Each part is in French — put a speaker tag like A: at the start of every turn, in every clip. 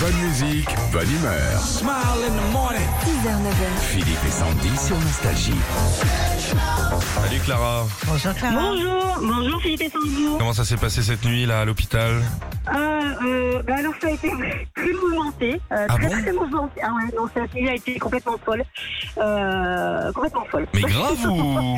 A: Bonne musique, bonne humeur.
B: 6h, 9h.
A: Philippe et Sandy sur Nostalgie.
C: Salut Clara,
B: Bonjour Clara.
D: Bonjour, bonjour Philippe et Sandy.
C: comment ça s'est passé cette nuit là à l'hôpital
D: Euh, euh, bah alors ça a été très mouvementé, euh,
C: Ah
D: très
C: bon
D: très mouvementé. Ah ouais, non, cette nuit a été complètement folle, euh, complètement folle.
C: Mais grave ou
D: Non, non,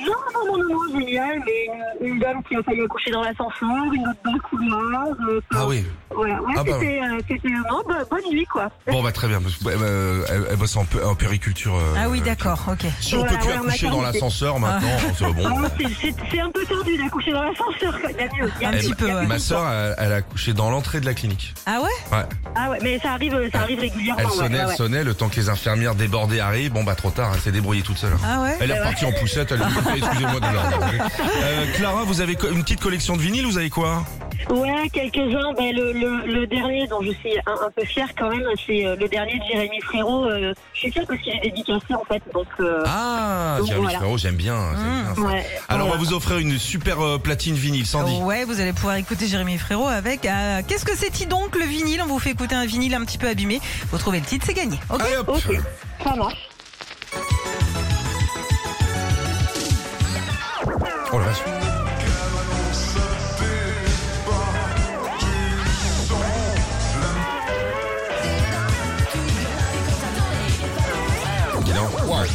D: non, non, non, génial, mais une, une dame qui a failli accoucher dans l'ascenseur, une autre dans le couloir. euh,
C: Ah oui,
D: Voilà, ouais,
C: Ah bah
D: c'était, euh, c'était vraiment bo- bonne nuit quoi.
C: bon bah très bien, parce que, euh, elle, elle bosse en, pé- en périculture. euh,
E: Ah oui, d'accord, ok.
C: Si on peut
D: Voilà,
C: plus
D: ouais, on
C: accoucher
D: attend,
C: dans
D: c'est-
C: l'ascenseur maintenant, c'est
D: Ah,
C: bon.
D: c'est, c'est, c'est un peu tendu d'accoucher dans l'ascenseur. Ah quoi. Il y a mieux, il y
C: Ah,
D: a
E: Un
D: mieux,
E: petit
D: il y a
E: peu,
D: mieux.
E: ouais.
C: Ma soeur, elle, elle a accouché dans l'entrée de la clinique.
E: Ah ouais
C: Ouais.
D: Ah ouais, mais ça arrive, ça arrive régulièrement.
C: Elle
D: Ah, ouais,
C: sonnait,
D: ouais,
C: elle
D: ouais.
C: sonnait, le temps que les infirmières débordées arrivent, bon bah trop tard, elle s'est débrouillée toute seule.
E: Ah ouais
C: Elle est repartie en poussette, elle a dit excusez-moi de l'ordre. Euh, Clara, vous avez co- une petite collection de vinyles, vous avez quoi
D: Ouais, quelques-uns. Ben, le, le, le dernier dont je suis un, un peu fière quand même, c'est euh, le dernier de Jérémy Frérot. euh, je suis fière parce qu'il est dédicacé en fait. Donc, euh,
C: Ah,
D: Donc,
C: Jérémy
D: voilà.
C: Frérot, j'aime bien. j'aime bien ça.
D: ouais.
C: Alors on va
D: Voilà.
C: vous offrir une super euh, platine vinyle, Sandy.
E: Ouais, vous allez pouvoir écouter Jérémy Frérot avec. euh, Qu'est-ce que c'est-il donc le vinyle On vous fait écouter un vinyle un petit peu abîmé. Vous trouvez le titre, c'est gagné. Ok
C: Allez hop
D: Ok, ça marche.
C: Oh la vache. Dis donc. Ouais.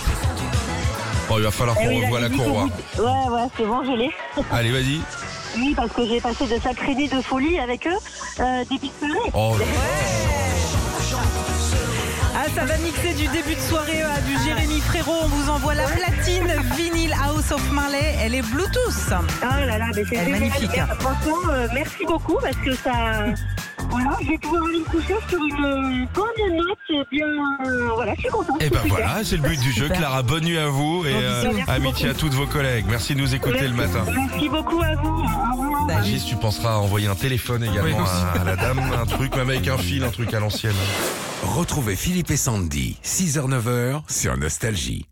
C: Oh, il va falloir
D: Eh
C: qu'on
D: oui, la
C: revoie la
D: musique au
C: courroie.
D: bout de- Ouais, ouais, c'est bon, je l'ai.
C: Allez, vas-y.
D: Oui, parce que j'ai passé de sacrés nuits de folie avec eux, euh, des petites soirées.
C: Oh, là.
E: Ah, ça va mixer du début de soirée à du Jérémy Frérot. On vous envoie la platine vinyle House of Marley. Elle est Bluetooth.
D: Ah là là, mais c'est
E: Elle est
D: génial.
E: magnifique, hein.
D: Franchement, euh, merci beaucoup parce que ça. Voilà, je vais pouvoir aller me coucher sur une euh, bonne note. et Bien, euh, voilà, je suis contente.
C: Eh ben
D: c'est super.
C: voilà, c'est le but du jeu.
E: Super.
C: Clara, bonne nuit à vous et
E: Bon,
C: euh,
E: bisous.
D: Merci
C: amitié à toutes vos collègues. Merci de nous écouter le matin.
D: Merci beaucoup à vous. Au revoir.
E: Salut.
C: Gis, tu penseras à envoyer un téléphone également à, à la dame, un truc, même avec un fil, un truc à l'ancienne.
A: Retrouvez Philippe et Sandy, 6h-9h sur Nostalgie.